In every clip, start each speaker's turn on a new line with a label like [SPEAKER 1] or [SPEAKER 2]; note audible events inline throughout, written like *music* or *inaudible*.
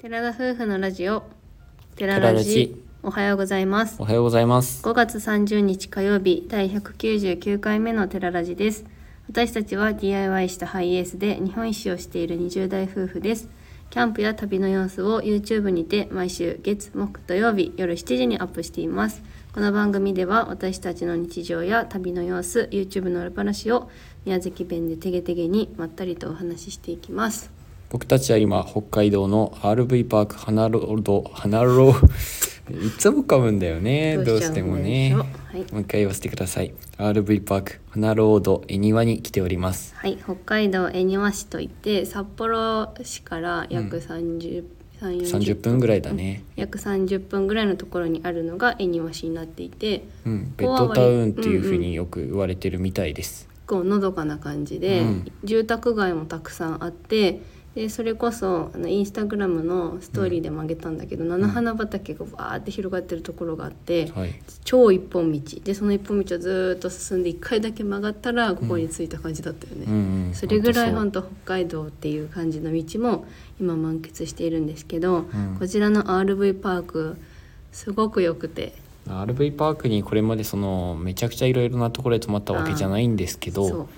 [SPEAKER 1] 寺田夫婦のラジオ寺
[SPEAKER 2] 寺
[SPEAKER 1] ラ
[SPEAKER 2] ラ
[SPEAKER 1] ジ
[SPEAKER 2] ジ
[SPEAKER 1] おはようございます
[SPEAKER 2] おはようございます。
[SPEAKER 1] 5月30日火曜日第199回目の寺ラジです私たちは DIY したハイエースで日本一周をしている20代夫婦ですキャンプや旅の様子を YouTube にて毎週月木土曜日夜7時にアップしていますこの番組では私たちの日常や旅の様子 YouTube の裏話を宮崎弁でてげてげにまったりとお話ししていきます
[SPEAKER 2] 僕たちは今、北海道の RV パーク花ロード、花ロー、い *laughs* つも噛むんだよね。
[SPEAKER 1] どう
[SPEAKER 2] どう
[SPEAKER 1] し
[SPEAKER 2] し
[SPEAKER 1] ちゃ
[SPEAKER 2] て
[SPEAKER 1] うん
[SPEAKER 2] も
[SPEAKER 1] でし
[SPEAKER 2] ね。
[SPEAKER 1] ょう
[SPEAKER 2] も
[SPEAKER 1] はいう
[SPEAKER 2] 一回言わせてください。RV パーク花ロード恵庭に来ております。
[SPEAKER 1] はい、北海道恵庭市といって札幌市から約
[SPEAKER 2] うん
[SPEAKER 1] 30、3
[SPEAKER 2] 30分ぐらいだね。
[SPEAKER 1] 約30分ぐらいのところにあるのが恵庭市になっていて結
[SPEAKER 2] うん、
[SPEAKER 1] こ
[SPEAKER 2] ベ
[SPEAKER 1] こ
[SPEAKER 2] ッ
[SPEAKER 1] は
[SPEAKER 2] ドタウンっていう
[SPEAKER 1] 割
[SPEAKER 2] ふうによく言われてるみたいです。
[SPEAKER 1] 構のどかな感じで、
[SPEAKER 2] うん
[SPEAKER 1] 住宅街もたくさんあってでそれこそあのインスタグラムのストーリーでも上げたんだけど、菜の花畑がバーって広がってるところがあって、
[SPEAKER 2] はい。
[SPEAKER 1] 超一本道でその一本道をずーっと進んで1回だけ曲がったらここに着いた感じだったよね。
[SPEAKER 2] うん、うん。
[SPEAKER 1] それぐらい本
[SPEAKER 2] 当
[SPEAKER 1] 当北海道っていう感じの道も今満喫しているんですけど、
[SPEAKER 2] ん
[SPEAKER 1] こちらの RV パークすごく良くて
[SPEAKER 2] そう RV パークにこれまでそのめちゃくちゃいろいろなところで泊まったわけじゃないんですけど、
[SPEAKER 1] そ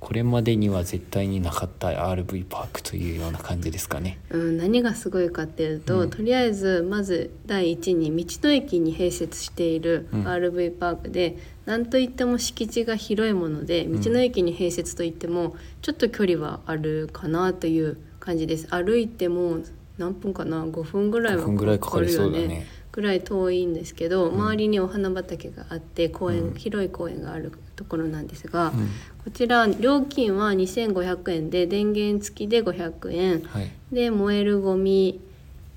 [SPEAKER 2] これまでには絶対になかった RV パークというような感じですかね。
[SPEAKER 1] う、うん、何がすごいかっていうと、
[SPEAKER 2] うん
[SPEAKER 1] とりあえずまず第一に道の駅に併設している
[SPEAKER 2] うん
[SPEAKER 1] RV パークで、なん、何といっても敷地が広いもので道
[SPEAKER 2] ん
[SPEAKER 1] の駅に併設といってもちょっと距離はあるかなという感じです歩いても何分かな5分ぐらいは
[SPEAKER 2] 5分ぐらいかかりそうだね
[SPEAKER 1] かかるよぐらい遠いんですけど、周りにお花畑があって公園、広い公園があるところなんですが、
[SPEAKER 2] うん
[SPEAKER 1] こちら料金は2500円で電源付きで500円
[SPEAKER 2] はい。
[SPEAKER 1] で燃えるゴミ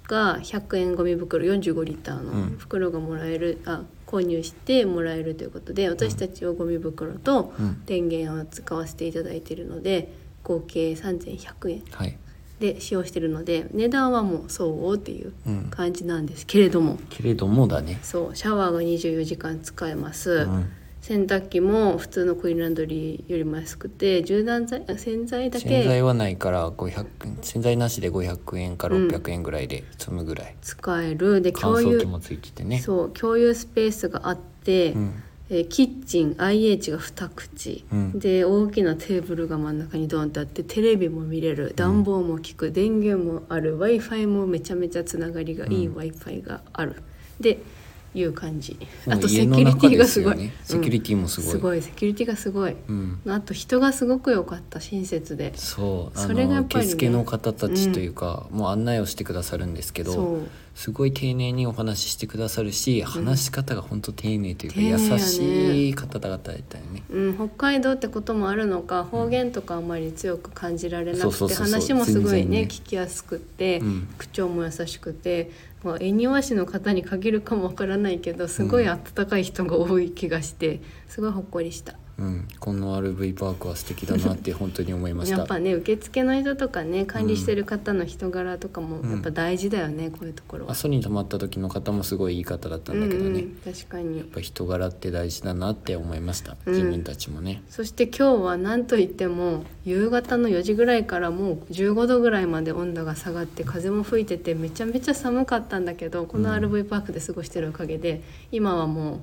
[SPEAKER 1] が100円ゴミ袋45リッターの
[SPEAKER 2] うん
[SPEAKER 1] 袋がもらえる、あ購入してもらえるということで私たちはゴミ袋と
[SPEAKER 2] うん
[SPEAKER 1] 電源を使わせていただいているので合計3100円
[SPEAKER 2] はい。
[SPEAKER 1] で使用しているので値段はもう相応っていう
[SPEAKER 2] うん。
[SPEAKER 1] 感じなんですけれども。
[SPEAKER 2] けれどもだね。
[SPEAKER 1] そうシャワーが24時間使えます、
[SPEAKER 2] うん。
[SPEAKER 1] 洗濯機も普通のコインランドリーよりも安くて柔軟剤あ洗剤だ
[SPEAKER 2] 洗剤
[SPEAKER 1] け
[SPEAKER 2] はないから500円洗剤なしで500円か600円ぐらいで済むぐらい、
[SPEAKER 1] 使えるで
[SPEAKER 2] 乾
[SPEAKER 1] 共
[SPEAKER 2] 燥
[SPEAKER 1] 有
[SPEAKER 2] 機もついててねう、
[SPEAKER 1] そう共有スペースがあって、
[SPEAKER 2] ん、
[SPEAKER 1] えーキッチン IH が2口、
[SPEAKER 2] うん
[SPEAKER 1] で大きなテーブルが真ん中にドンってあってテレビも見れる暖房も効く、電源もある w i f i もめちゃめちゃつながりがいい
[SPEAKER 2] うん
[SPEAKER 1] w i f i があるでいう感じあ
[SPEAKER 2] も
[SPEAKER 1] と
[SPEAKER 2] う
[SPEAKER 1] セ
[SPEAKER 2] 家の
[SPEAKER 1] キュリテ
[SPEAKER 2] 中
[SPEAKER 1] ィ
[SPEAKER 2] で
[SPEAKER 1] が
[SPEAKER 2] す
[SPEAKER 1] す
[SPEAKER 2] よ
[SPEAKER 1] ご
[SPEAKER 2] ね
[SPEAKER 1] い
[SPEAKER 2] セキュリティも
[SPEAKER 1] す
[SPEAKER 2] す
[SPEAKER 1] ご
[SPEAKER 2] ご
[SPEAKER 1] い
[SPEAKER 2] い、
[SPEAKER 1] すごいセキュリティがすごい
[SPEAKER 2] うん、
[SPEAKER 1] あと人がすごく良かった親切で
[SPEAKER 2] そうあ
[SPEAKER 1] そ
[SPEAKER 2] の
[SPEAKER 1] れがやっぱ
[SPEAKER 2] 受
[SPEAKER 1] りね
[SPEAKER 2] 付の方たちというか、もう案内をしてくださるんですけど
[SPEAKER 1] そう
[SPEAKER 2] すごい丁寧にお話ししてくださるし話し方が本当丁寧というか、
[SPEAKER 1] 丁寧やね
[SPEAKER 2] 優しい方々だったよね
[SPEAKER 1] うん、北海道ってこともあるのか方言とかあんまり強く感じられな
[SPEAKER 2] そう
[SPEAKER 1] く
[SPEAKER 2] そう
[SPEAKER 1] て
[SPEAKER 2] そうそう
[SPEAKER 1] 話もすごい
[SPEAKER 2] 全
[SPEAKER 1] ね
[SPEAKER 2] 然ね
[SPEAKER 1] 聞きやすくて、
[SPEAKER 2] うん
[SPEAKER 1] 口調も優しくて、まあ、恵庭市の方に限るかもわからないけどすごい
[SPEAKER 2] うん
[SPEAKER 1] 温かい人が多い気がしてすごいほっこりした。
[SPEAKER 2] うん、この RV パークは素敵だなって本当に思いました
[SPEAKER 1] やっぱね受付の人とかね管理してる方の人柄とかも
[SPEAKER 2] うん
[SPEAKER 1] やっぱ大事だよね、こういうところは
[SPEAKER 2] 阿。蘇に泊まった時の方もすごいいい方だったんだけどね、
[SPEAKER 1] うんうん、確かに
[SPEAKER 2] やっぱ人柄って大事だなって思いました、
[SPEAKER 1] うん
[SPEAKER 2] 自分たちもね
[SPEAKER 1] そして今日は何といっても夕方の4時ぐらいからもう15度ぐらいまで温度が下がって風も吹いててめちゃめちゃ寒かったんだけどこの
[SPEAKER 2] うん
[SPEAKER 1] RV パークで過ごしてるおかげで今はもう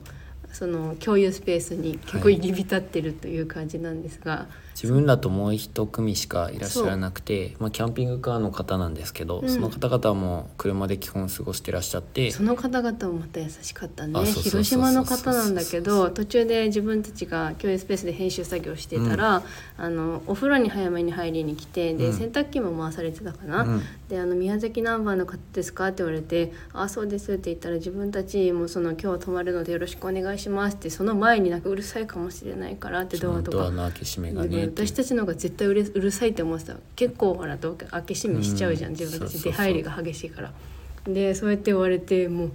[SPEAKER 1] その共有スペースに結構
[SPEAKER 2] はい
[SPEAKER 1] 入り浸ってるという感じなんですが、
[SPEAKER 2] 自分らともう一組しかいらっしゃらなくて、まあ、キャンピングカーの方なんですけど、
[SPEAKER 1] うん
[SPEAKER 2] その方々も車で基本過ごしてらっしゃって
[SPEAKER 1] その方々もまた優しかったね
[SPEAKER 2] あそうそうそうそう
[SPEAKER 1] 広島の方なんだけ
[SPEAKER 2] そうそう
[SPEAKER 1] ど途中で自分たちが共有スペースで編集作業してたら、あのお風呂に早めに入りに来てで、
[SPEAKER 2] うん
[SPEAKER 1] 洗濯機も回されてたかな。
[SPEAKER 2] うん
[SPEAKER 1] であの宮崎ナンバーの方ですか?」って言われて「あそうです」って言ったら自分たちもその「今日泊まるのでよろしくお願いします」ってその前になんかうるさいかもしれないからってドアと
[SPEAKER 2] ドア
[SPEAKER 1] か。
[SPEAKER 2] の開け閉めがね
[SPEAKER 1] で
[SPEAKER 2] っていう
[SPEAKER 1] 私たちの方が絶対うれうるさいって思ってた結構ほらどうか開け閉めしちゃうじゃん、
[SPEAKER 2] うん
[SPEAKER 1] 自分たち
[SPEAKER 2] そ
[SPEAKER 1] 出
[SPEAKER 2] うそうそう
[SPEAKER 1] 入りが激しいからでそうやって言われてもう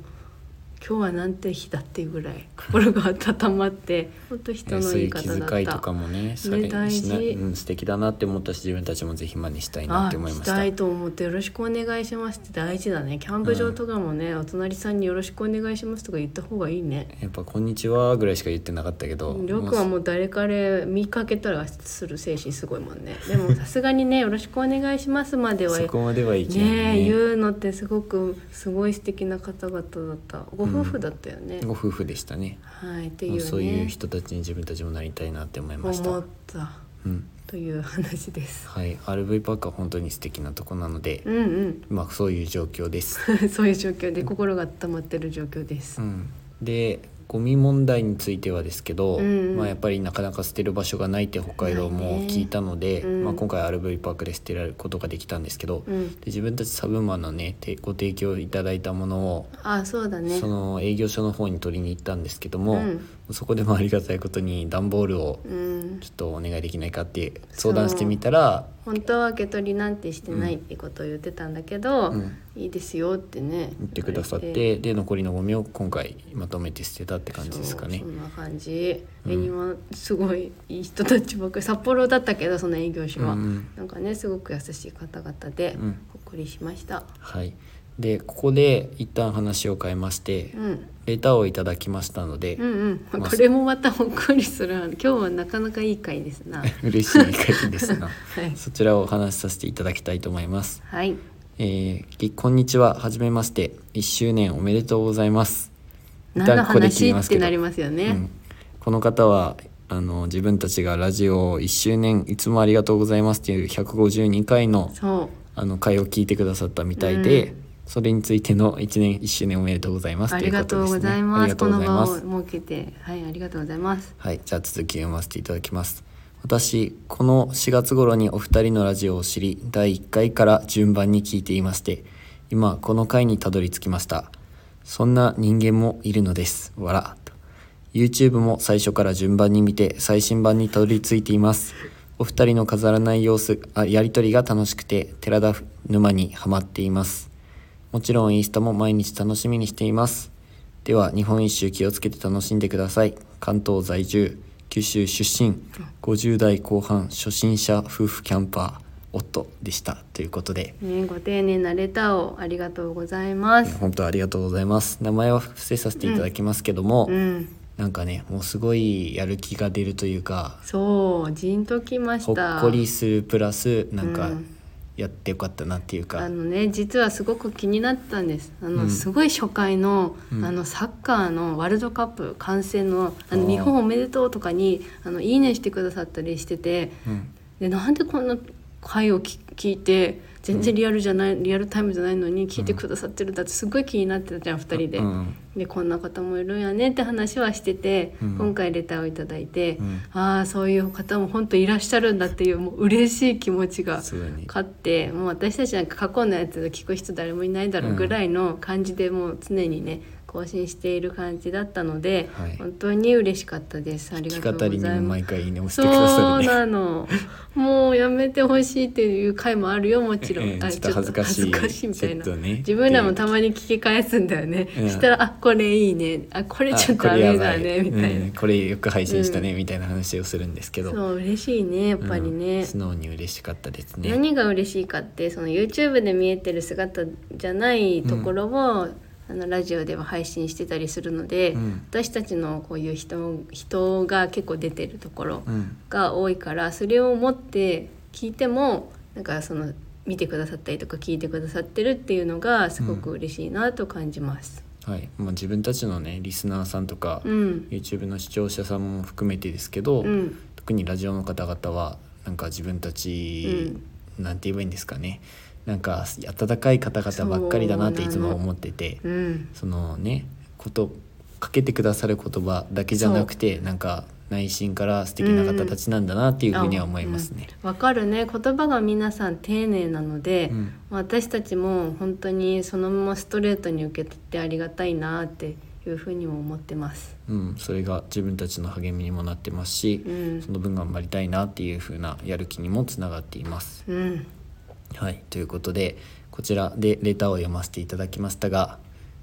[SPEAKER 1] 今日はなんて日だっていうぐらい心が温ま
[SPEAKER 2] *laughs*
[SPEAKER 1] って本当人
[SPEAKER 2] ね
[SPEAKER 1] の
[SPEAKER 2] そう
[SPEAKER 1] い
[SPEAKER 2] い
[SPEAKER 1] いう
[SPEAKER 2] 気
[SPEAKER 1] 方だった、
[SPEAKER 2] 遣いとかもねそれ
[SPEAKER 1] 大事
[SPEAKER 2] しな、うん、素敵だなって思ったし自分たちもぜひ真似したいな
[SPEAKER 1] あ
[SPEAKER 2] って思いまし
[SPEAKER 1] したたいと思ってよろしくお願いしますって大事だねキャンプ場とかもね、お隣さんによろしくお願いしますとか言った方がいいね
[SPEAKER 2] やっぱ「こんにちは」ぐらいしか言ってなかったけど
[SPEAKER 1] りょうくんは
[SPEAKER 2] もう
[SPEAKER 1] もう誰彼見かけたらする精神すごいもんねでもさすがにねよろしくお願いしますまでは
[SPEAKER 2] そこまではいけない
[SPEAKER 1] ねえ
[SPEAKER 2] ね
[SPEAKER 1] 言うのってすごくすごい素敵な方々だったご夫婦だったよね、
[SPEAKER 2] ご夫婦でしたね
[SPEAKER 1] はいっていう
[SPEAKER 2] も
[SPEAKER 1] ね
[SPEAKER 2] うそういう人たちに自分たちもなりたいなって思いました
[SPEAKER 1] 思った
[SPEAKER 2] うん
[SPEAKER 1] という話です
[SPEAKER 2] はい RV パークは本当に素敵なとこなので、
[SPEAKER 1] うん
[SPEAKER 2] まあそういう状況です、
[SPEAKER 1] うん *laughs* そういう状況で心が温まってる状況です
[SPEAKER 2] う、ん、でゴミ問題についてはですけど、
[SPEAKER 1] うんうん
[SPEAKER 2] まあ、やっぱりなかなか捨てる場所がないって北海道も聞いたの
[SPEAKER 1] な
[SPEAKER 2] で、
[SPEAKER 1] いねうん
[SPEAKER 2] まあ、今回 RV パークで捨てられることができたんですけど、
[SPEAKER 1] うん
[SPEAKER 2] で自分たちサブマのねてご提供いただいたものを
[SPEAKER 1] あそうだね
[SPEAKER 2] その営業所の方に取りに行ったんですけども、
[SPEAKER 1] うん
[SPEAKER 2] そこでもありがたいことに段ボールを
[SPEAKER 1] うん
[SPEAKER 2] ちょっとお願いできないかって相談してみたら、
[SPEAKER 1] 本当は受け取りなんてしてないってことを言ってたんだけど、
[SPEAKER 2] うん
[SPEAKER 1] いいですよってね
[SPEAKER 2] 言ってくださっ
[SPEAKER 1] 言われ
[SPEAKER 2] てで残りのゴミを今回まとめて捨てたって感じですかね
[SPEAKER 1] そうそんな感じ、
[SPEAKER 2] うん
[SPEAKER 1] え今すごいいい人たちばっかり札幌だったけどその営業所は、
[SPEAKER 2] うんうん
[SPEAKER 1] なんかねすごく優しい方々で
[SPEAKER 2] うん
[SPEAKER 1] ほっこりしました
[SPEAKER 2] はいでここで一旦話を変えまして、
[SPEAKER 1] うん
[SPEAKER 2] レターをいただきましたので、
[SPEAKER 1] うんうん、
[SPEAKER 2] まあ
[SPEAKER 1] これもまたほっこりする今日はなかなかいい回ですなは
[SPEAKER 2] 嬉しい限りで
[SPEAKER 1] *laughs*
[SPEAKER 2] すが
[SPEAKER 1] い、
[SPEAKER 2] そちらをお話しさせていただきたいと思います
[SPEAKER 1] はい、
[SPEAKER 2] えーきこんにちははじめまして1周年おめでとうございます一
[SPEAKER 1] 何の
[SPEAKER 2] 旦ここで
[SPEAKER 1] 話
[SPEAKER 2] 切り
[SPEAKER 1] っ
[SPEAKER 2] ます
[SPEAKER 1] て
[SPEAKER 2] けど
[SPEAKER 1] なりますよね、
[SPEAKER 2] うんこの方はあの自分たちがラジオ1周年いつもありがとうございますっていう152回の
[SPEAKER 1] そ
[SPEAKER 2] あの会を聞いてくださったみたいで、
[SPEAKER 1] うん
[SPEAKER 2] それについての1年1周年おめでとうございま
[SPEAKER 1] う
[SPEAKER 2] す
[SPEAKER 1] あ
[SPEAKER 2] と
[SPEAKER 1] り
[SPEAKER 2] いうこ
[SPEAKER 1] がと
[SPEAKER 2] と
[SPEAKER 1] う
[SPEAKER 2] です
[SPEAKER 1] ご
[SPEAKER 2] ね
[SPEAKER 1] ざいますこの場を
[SPEAKER 2] す
[SPEAKER 1] 設けてはいありがとうございます
[SPEAKER 2] はい、じゃあ続き読ませていただきます。私、この4月頃にお二人のラジオを知り、第1回から順番に聞いていまして、今、この回にたどり着きました。そんな人間もいるのです。わら。と YouTube も最初から順番に見て、最新版にたどり着いています。お二人の飾らない様子、あやりとりが楽しくて、寺田沼にはまっています。もちろんインスタも毎日楽しみにしています。では日本一周気をつけて楽しんでください関東在住九州出身50代後半初心者夫婦キャンパー夫でしたということで
[SPEAKER 1] ねご丁寧なレターをありがとうございます
[SPEAKER 2] 本当ありがとうございます名前は伏せさせていただきますけども、
[SPEAKER 1] うん
[SPEAKER 2] なんかねもうすごいやる気が出るというか
[SPEAKER 1] そうじんときま
[SPEAKER 2] ほ
[SPEAKER 1] し
[SPEAKER 2] ったこりするプラスなんか
[SPEAKER 1] うん
[SPEAKER 2] やってよかったなっていうか、
[SPEAKER 1] あのね実はすごく気になったんですあの、
[SPEAKER 2] うん
[SPEAKER 1] すごい初回の,、
[SPEAKER 2] うん
[SPEAKER 1] あのサッカーのワールドカップ観戦のあの
[SPEAKER 2] あー
[SPEAKER 1] 日本おめでとうとかにあのいいねしてくださったりしてて
[SPEAKER 2] うん
[SPEAKER 1] でなんでこんな回をき聞いて全然リアルじゃない、リアルタイムじゃないのに聞いてくださってるんだってすごい気になってたじゃん2人で。
[SPEAKER 2] うん
[SPEAKER 1] でこんな方もいるんやねって話はしてて、
[SPEAKER 2] うん
[SPEAKER 1] 今回レターをいただいて、
[SPEAKER 2] うん
[SPEAKER 1] ああそういう方も本当いらっしゃるんだっていうもう嬉しい気持ちが
[SPEAKER 2] そうだね
[SPEAKER 1] 勝ってもう私たちなんか過去のやつ聞く人誰もいないだろうぐらいの感じでもう常にね更新している感じだったので、
[SPEAKER 2] はい
[SPEAKER 1] 本当に嬉しかったですあり
[SPEAKER 2] 弾
[SPEAKER 1] がと
[SPEAKER 2] き語
[SPEAKER 1] うご
[SPEAKER 2] りに
[SPEAKER 1] ざい
[SPEAKER 2] も
[SPEAKER 1] ま
[SPEAKER 2] 毎
[SPEAKER 1] す。
[SPEAKER 2] 回いいね押して
[SPEAKER 1] そ
[SPEAKER 2] くださ
[SPEAKER 1] う
[SPEAKER 2] るね
[SPEAKER 1] な
[SPEAKER 2] *laughs*
[SPEAKER 1] のもうやめてほしいっていう回もあるよもちろん、
[SPEAKER 2] ええ
[SPEAKER 1] あ
[SPEAKER 2] ちょっと恥ずかしい
[SPEAKER 1] ちょっと恥ずかしいみたいな、
[SPEAKER 2] ちょっとね
[SPEAKER 1] 自分らもたまに聞き返すんだよね、
[SPEAKER 2] うん
[SPEAKER 1] したらあこれいいねあこれ
[SPEAKER 2] あ
[SPEAKER 1] ちょっと
[SPEAKER 2] こ
[SPEAKER 1] ダ
[SPEAKER 2] れ
[SPEAKER 1] メ
[SPEAKER 2] やば
[SPEAKER 1] だねみたいな
[SPEAKER 2] うんこれよく配信したね、みたいな話をするんですけど
[SPEAKER 1] そう嬉しいねやっぱりね、
[SPEAKER 2] うん素直に嬉しかったですね
[SPEAKER 1] 何が嬉しいかってその YouTube で見えてる姿じゃないところを、あのラジオでは配信してたりするので、
[SPEAKER 2] うん
[SPEAKER 1] 私たちのこういう人人が結構出てるところ
[SPEAKER 2] うん
[SPEAKER 1] が多いからそれを持って聞いてもなんかその見てくださったりとか聞いてくださってるっていうのがすごく嬉しいなと感じます。
[SPEAKER 2] はいまあ、自分たちのねリスナーさんとか、
[SPEAKER 1] うん
[SPEAKER 2] YouTube の視聴者さんも含めてですけど、
[SPEAKER 1] うん
[SPEAKER 2] 特にラジオの方々はなんか自分たち、なんて言えばいいんですかねなんか温かい方々ばっかりだなっていつも思ってて
[SPEAKER 1] うん
[SPEAKER 2] そのねことかけてくださる言葉だけじゃなくてなんか内心から素敵な方たちなんだなっていうふうには思いますね。
[SPEAKER 1] あうんわ、かるね言葉が皆さん丁寧なので、
[SPEAKER 2] うん
[SPEAKER 1] 私たちも本当にそのままストレートに受け取ってありがたいなっていうふうにも思ってます。
[SPEAKER 2] うん、それが自分たちの励みにもなってますし、
[SPEAKER 1] うん
[SPEAKER 2] その分頑張りたいなっていう風なやる気にもつながっています。
[SPEAKER 1] うん、
[SPEAKER 2] はい、ということでこちらでレターを読ませていただきましたが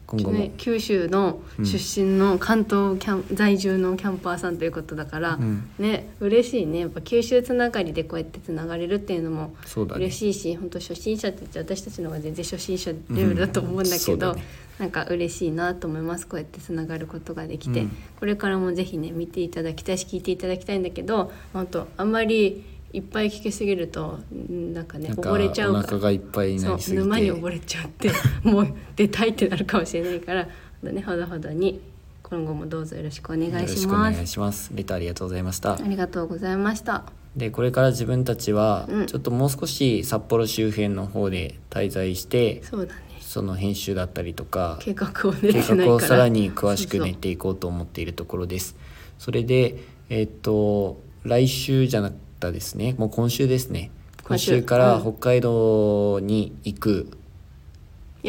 [SPEAKER 2] 今後も
[SPEAKER 1] ね九州の出身の関東キャン、在住のキャンパーさんということだから、
[SPEAKER 2] うん
[SPEAKER 1] ね嬉しいねやっぱ九州つながりでこうやってつながれるっていうのも
[SPEAKER 2] そうだね
[SPEAKER 1] 嬉しいし、本当初心者って言って私たちの方が全然初心者レベルだと思うんだ
[SPEAKER 2] う
[SPEAKER 1] け
[SPEAKER 2] んそうだ
[SPEAKER 1] ど、
[SPEAKER 2] ね
[SPEAKER 1] なんか嬉しいなと思いますこうやってつながることができて、
[SPEAKER 2] うん
[SPEAKER 1] これからもぜひね見ていただきたいし聞いていただきたいんだけど本当あんまりいっぱい聞きすぎるとうんなんかね
[SPEAKER 2] なんか
[SPEAKER 1] 溺れちゃう
[SPEAKER 2] お
[SPEAKER 1] から
[SPEAKER 2] 腹がいっぱいになりす
[SPEAKER 1] そう
[SPEAKER 2] ぎて
[SPEAKER 1] 沼に溺れちゃって
[SPEAKER 2] *laughs*
[SPEAKER 1] もう出たいってなるかもしれないからねほどほどに今後もどうぞよろしくお願
[SPEAKER 2] よろ
[SPEAKER 1] い
[SPEAKER 2] し
[SPEAKER 1] し
[SPEAKER 2] くお
[SPEAKER 1] ま
[SPEAKER 2] 願
[SPEAKER 1] す
[SPEAKER 2] いしますレターありがとうございました
[SPEAKER 1] ありがとうございました
[SPEAKER 2] でこれから自分たちは
[SPEAKER 1] うん
[SPEAKER 2] ちょっともう少し札幌周辺の方で滞在して、
[SPEAKER 1] そうだね
[SPEAKER 2] その編集だったりとか
[SPEAKER 1] 計画を練
[SPEAKER 2] 計
[SPEAKER 1] ってないから
[SPEAKER 2] 画をさらに詳しく
[SPEAKER 1] そう
[SPEAKER 2] 練っていこうと思っているところですそれでえっと来週じゃなかったですねもう今週ですね
[SPEAKER 1] 今
[SPEAKER 2] 今
[SPEAKER 1] 週
[SPEAKER 2] 週から
[SPEAKER 1] うん
[SPEAKER 2] 北海道に行く
[SPEAKER 1] そう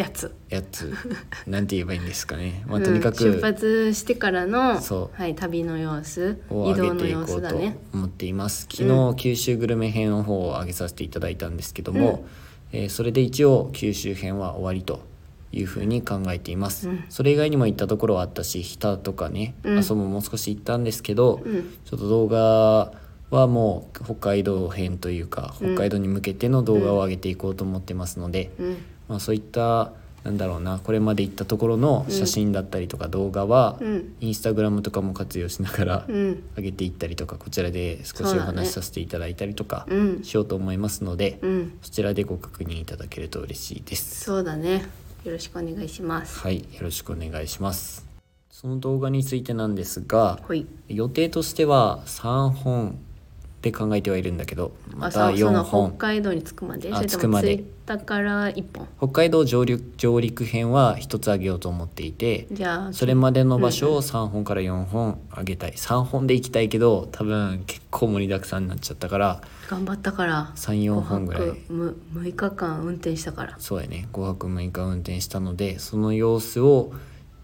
[SPEAKER 1] やつ
[SPEAKER 2] やつ、なんて言えばいいんですかね、ま
[SPEAKER 1] う
[SPEAKER 2] あ、
[SPEAKER 1] ん
[SPEAKER 2] とにかく、
[SPEAKER 1] 出発してからの、
[SPEAKER 2] そう
[SPEAKER 1] はい、旅の様子
[SPEAKER 2] を
[SPEAKER 1] 移動
[SPEAKER 2] 上げ
[SPEAKER 1] の
[SPEAKER 2] てい
[SPEAKER 1] 様
[SPEAKER 2] こ
[SPEAKER 1] 子
[SPEAKER 2] う
[SPEAKER 1] だ
[SPEAKER 2] と
[SPEAKER 1] ね
[SPEAKER 2] 思っています。
[SPEAKER 1] うん
[SPEAKER 2] 昨日九州グルメ編の方を上げさせていただいたんですけども、えーそれで一応九州編は終わりというふうに考えています。
[SPEAKER 1] うん
[SPEAKER 2] それ以外にも行ったところはあったし、日田とかね、
[SPEAKER 1] うん
[SPEAKER 2] 阿蘇ももう少し行ったんですけど、
[SPEAKER 1] うん
[SPEAKER 2] ちょっと動画はもう北海道編というか
[SPEAKER 1] うん
[SPEAKER 2] 北海道に向けての動画を上げていこうと思ってますので、
[SPEAKER 1] うん
[SPEAKER 2] まあ、そういったなんだろうなこれまで行ったところの写真だったりとか動画は、
[SPEAKER 1] うん
[SPEAKER 2] インスタグラムとかも活用しながら
[SPEAKER 1] うん
[SPEAKER 2] 上げていったりとかこちらで少しお話しさせていただいたりとか
[SPEAKER 1] うん
[SPEAKER 2] しようと思いますので、
[SPEAKER 1] うん
[SPEAKER 2] そちらでご確認いただけると嬉しいです。
[SPEAKER 1] そうだねよろしくお願いします
[SPEAKER 2] はい、よろしくお願いします。その動画についてなんですが、
[SPEAKER 1] ほい
[SPEAKER 2] 予定としては3本で考えてはいるんだけど、また
[SPEAKER 1] あそうそ
[SPEAKER 2] 4
[SPEAKER 1] の
[SPEAKER 2] 本
[SPEAKER 1] 北。海道に着くまで
[SPEAKER 2] あ
[SPEAKER 1] それ
[SPEAKER 2] 着
[SPEAKER 1] と
[SPEAKER 2] く
[SPEAKER 1] も
[SPEAKER 2] ま
[SPEAKER 1] 着
[SPEAKER 2] で
[SPEAKER 1] いたから一本
[SPEAKER 2] 北海道上陸上陸編は1つ上げようと思っていて、
[SPEAKER 1] じゃあ
[SPEAKER 2] それまでの場所を3本から4本上げたい。3本で行きたいけど、多分結構盛りだくさんになっちゃったから、
[SPEAKER 1] 頑張ったから
[SPEAKER 2] 34本ぐらい
[SPEAKER 1] 5泊む6日間運転したから
[SPEAKER 2] そうやね5泊6日運転したのでその様子を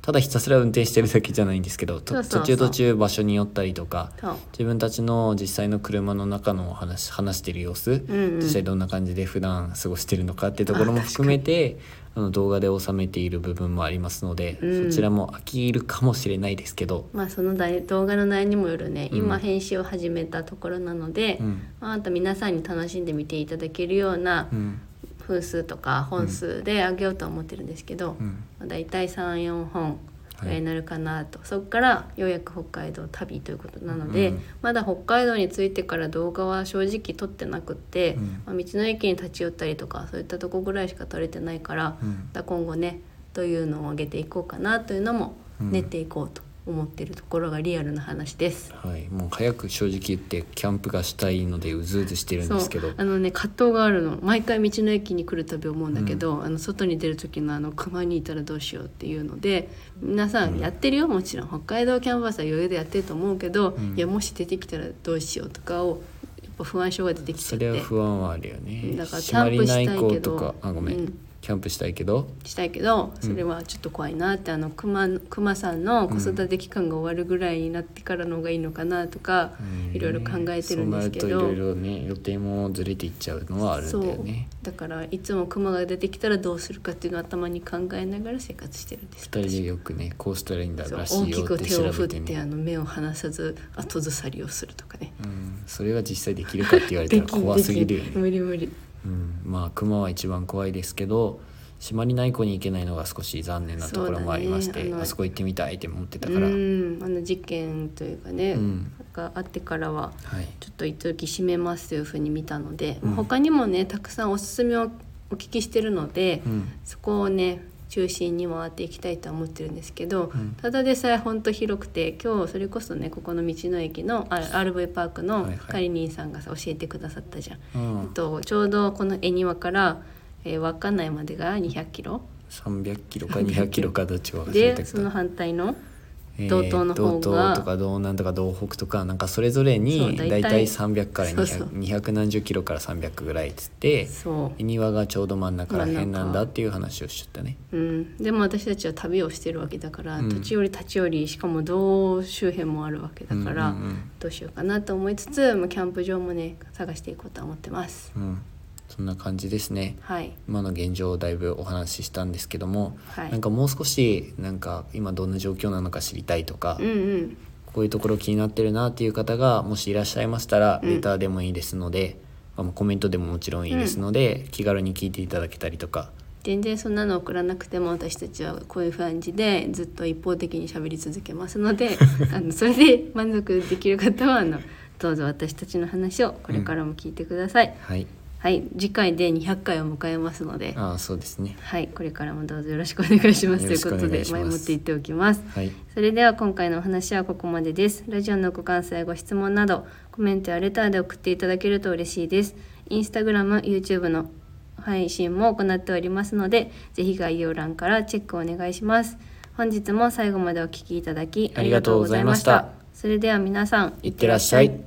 [SPEAKER 2] ただひたすら運転してるだけじゃないんですけどと
[SPEAKER 1] そうそうそう
[SPEAKER 2] 途中途中場所に寄ったりとか
[SPEAKER 1] そう
[SPEAKER 2] 自分たちの実際の車の中のお話話してる様子、
[SPEAKER 1] んうん
[SPEAKER 2] 実際どんな感じで普段過ごしてるのかっていうところも含めてあの動画で収めている部分もありますので、
[SPEAKER 1] うん
[SPEAKER 2] そちらも飽きるかもしれないですけど、
[SPEAKER 1] まあその題動画の内容にもよるね、
[SPEAKER 2] うん
[SPEAKER 1] 今編集を始めたところなので、
[SPEAKER 2] うん
[SPEAKER 1] まあ、あと皆さんに楽しんで見ていただけるような
[SPEAKER 2] うん
[SPEAKER 1] 風数とか本数で上げようとは思ってるんですけど、
[SPEAKER 2] うん
[SPEAKER 1] まあ大体34本
[SPEAKER 2] はい
[SPEAKER 1] ぐらいになるかなと、そこからようやく北海道旅ということなので、
[SPEAKER 2] うん
[SPEAKER 1] まだ北海道に着いてから動画は正直撮ってなくって、
[SPEAKER 2] うん
[SPEAKER 1] まあ、道の駅に立ち寄ったりとかそういったとこぐらいしか撮れてないから、
[SPEAKER 2] うん
[SPEAKER 1] また今後ねというのを上げていこうかなというのも
[SPEAKER 2] うん
[SPEAKER 1] 練っていこうと思ってるところがリアルな話です。
[SPEAKER 2] はい、もう早く正直言ってキャンプがしたいのでうずうずしてるんですけど
[SPEAKER 1] そうあのね葛藤があるの毎回道の駅に来るたび思うんだけど、あの外に出る時のあの熊にいたらどうしようっていうので皆さんやってるよもちろん北海道キャンバスは余裕でやってると思うけど、
[SPEAKER 2] うん
[SPEAKER 1] いやもし出てきたらどうしようとかをやっぱ不安症が出てきちゃ
[SPEAKER 2] そ
[SPEAKER 1] って
[SPEAKER 2] れは不安はあるよね
[SPEAKER 1] だからキ
[SPEAKER 2] 締ま
[SPEAKER 1] ャンプ
[SPEAKER 2] り
[SPEAKER 1] し
[SPEAKER 2] な
[SPEAKER 1] たい
[SPEAKER 2] い
[SPEAKER 1] けど
[SPEAKER 2] 子とかあごめん、
[SPEAKER 1] うん
[SPEAKER 2] キャンプしたいけど
[SPEAKER 1] したいけどそれはちょっと怖いなって、あの熊の熊さんの子育て期間が終わるぐらいになってからの方がいいのかなとか、いろいろ考えてるんですけ
[SPEAKER 2] そうな
[SPEAKER 1] ど
[SPEAKER 2] るとい。ろいろね予定もずれていっちゃうのはあるんだよね
[SPEAKER 1] そうだからいつもクマが出てきたらどうするかっていうのを頭に考えながら生活してるんです
[SPEAKER 2] 二人でよくねこうしたらいいんだ
[SPEAKER 1] そう
[SPEAKER 2] らし
[SPEAKER 1] 大
[SPEAKER 2] いよ
[SPEAKER 1] き
[SPEAKER 2] っ
[SPEAKER 1] く
[SPEAKER 2] て
[SPEAKER 1] 手
[SPEAKER 2] 調
[SPEAKER 1] を振
[SPEAKER 2] べ
[SPEAKER 1] っててあ
[SPEAKER 2] ね
[SPEAKER 1] の目を離さず後ずさりをするとかね
[SPEAKER 2] うんそれが実際できるかって言われたら怖すぎる
[SPEAKER 1] *laughs*
[SPEAKER 2] よ
[SPEAKER 1] でき
[SPEAKER 2] ね、
[SPEAKER 1] 無理無理
[SPEAKER 2] うん、まあ熊は一番怖いですけど締まりない子に行けないのが少し残念なところもありまし
[SPEAKER 1] そう
[SPEAKER 2] て、
[SPEAKER 1] だねあの
[SPEAKER 2] あそこ行ってみたいって思ってた
[SPEAKER 1] う
[SPEAKER 2] から、
[SPEAKER 1] んあの事件というかね、
[SPEAKER 2] うん
[SPEAKER 1] があってからは
[SPEAKER 2] はい
[SPEAKER 1] ちょっと一時締めますというふうに見たので、
[SPEAKER 2] うん
[SPEAKER 1] 他にもねたくさんおすすめをお聞きしてるので、
[SPEAKER 2] うん
[SPEAKER 1] そこをね中心に回っていきたいとは思ってるんですけど、
[SPEAKER 2] うん
[SPEAKER 1] ただでさえほんと広くて今日それこそねここの道の駅のあ RV パークの
[SPEAKER 2] はいはい
[SPEAKER 1] カリニンさんがさ教えてくださったじゃん。
[SPEAKER 2] うん
[SPEAKER 1] えっと、ちょうどこの恵庭から、えー稚内までが200キロ
[SPEAKER 2] 300キロか200キロかどっちか忘れ
[SPEAKER 1] で
[SPEAKER 2] たけ
[SPEAKER 1] その
[SPEAKER 2] ど、
[SPEAKER 1] 反対の
[SPEAKER 2] えー
[SPEAKER 1] 道東の方が
[SPEAKER 2] 道東とか道南とか道北とかなんかそれぞれ
[SPEAKER 1] そう
[SPEAKER 2] に
[SPEAKER 1] 大
[SPEAKER 2] 大
[SPEAKER 1] 体
[SPEAKER 2] 体300から
[SPEAKER 1] そうそう
[SPEAKER 2] 200 200何十キロから300ぐらいっつって
[SPEAKER 1] そ
[SPEAKER 2] 恵庭がちょうど真ん中ら辺
[SPEAKER 1] 真
[SPEAKER 2] なんん
[SPEAKER 1] 中
[SPEAKER 2] だっていう話をしちゃったね。
[SPEAKER 1] う、うん、でも私たちは旅をしてるわけだから、
[SPEAKER 2] うん
[SPEAKER 1] 土地より立ち寄りしかも道周辺もあるわけだから、
[SPEAKER 2] うんうんうん
[SPEAKER 1] どうしようかなと思いつつ、まあ、キャンプ場もね探していこうとは思ってます。
[SPEAKER 2] うんそんな感じですね
[SPEAKER 1] はい
[SPEAKER 2] 今の現状をだいぶお話ししたんですけども、
[SPEAKER 1] はい
[SPEAKER 2] なんかもう少しなんか今どんな状況なのか知りたいとか、
[SPEAKER 1] うんうん
[SPEAKER 2] こういうところ気になってるなっていう方がもしいらっしゃいましたら
[SPEAKER 1] うん
[SPEAKER 2] レターでもいいですので、あのコメントでももちろんいいですので、気軽に聞いていただけたりとか
[SPEAKER 1] 全然そんなの送らなくても私たちはこういう感じでずっと一方的に喋り続けますのであのそれで満足できる方はあのどうぞ私たちの話をこれからも聞いてください、
[SPEAKER 2] はい
[SPEAKER 1] はい次回で200回を迎えますので
[SPEAKER 2] ああそうですね
[SPEAKER 1] はいこれからもどうぞよろしくお願いしますとい
[SPEAKER 2] よ
[SPEAKER 1] う
[SPEAKER 2] ろし
[SPEAKER 1] こ
[SPEAKER 2] く
[SPEAKER 1] と
[SPEAKER 2] お願
[SPEAKER 1] で
[SPEAKER 2] いします
[SPEAKER 1] 前もって言っておきます
[SPEAKER 2] はい
[SPEAKER 1] それでは今回のお話はここまでです。ラジオのご感想やご質問など、コメントやレターで送っていただけると嬉しいです。インスタグラム、YouTube の配信も行っておりますので、ぜひ概要欄からチェックお願いします。本日も最後までお聞きいただきありがとうございました。
[SPEAKER 2] ありがとうございま
[SPEAKER 1] それでは皆さん、
[SPEAKER 2] いってらっしゃい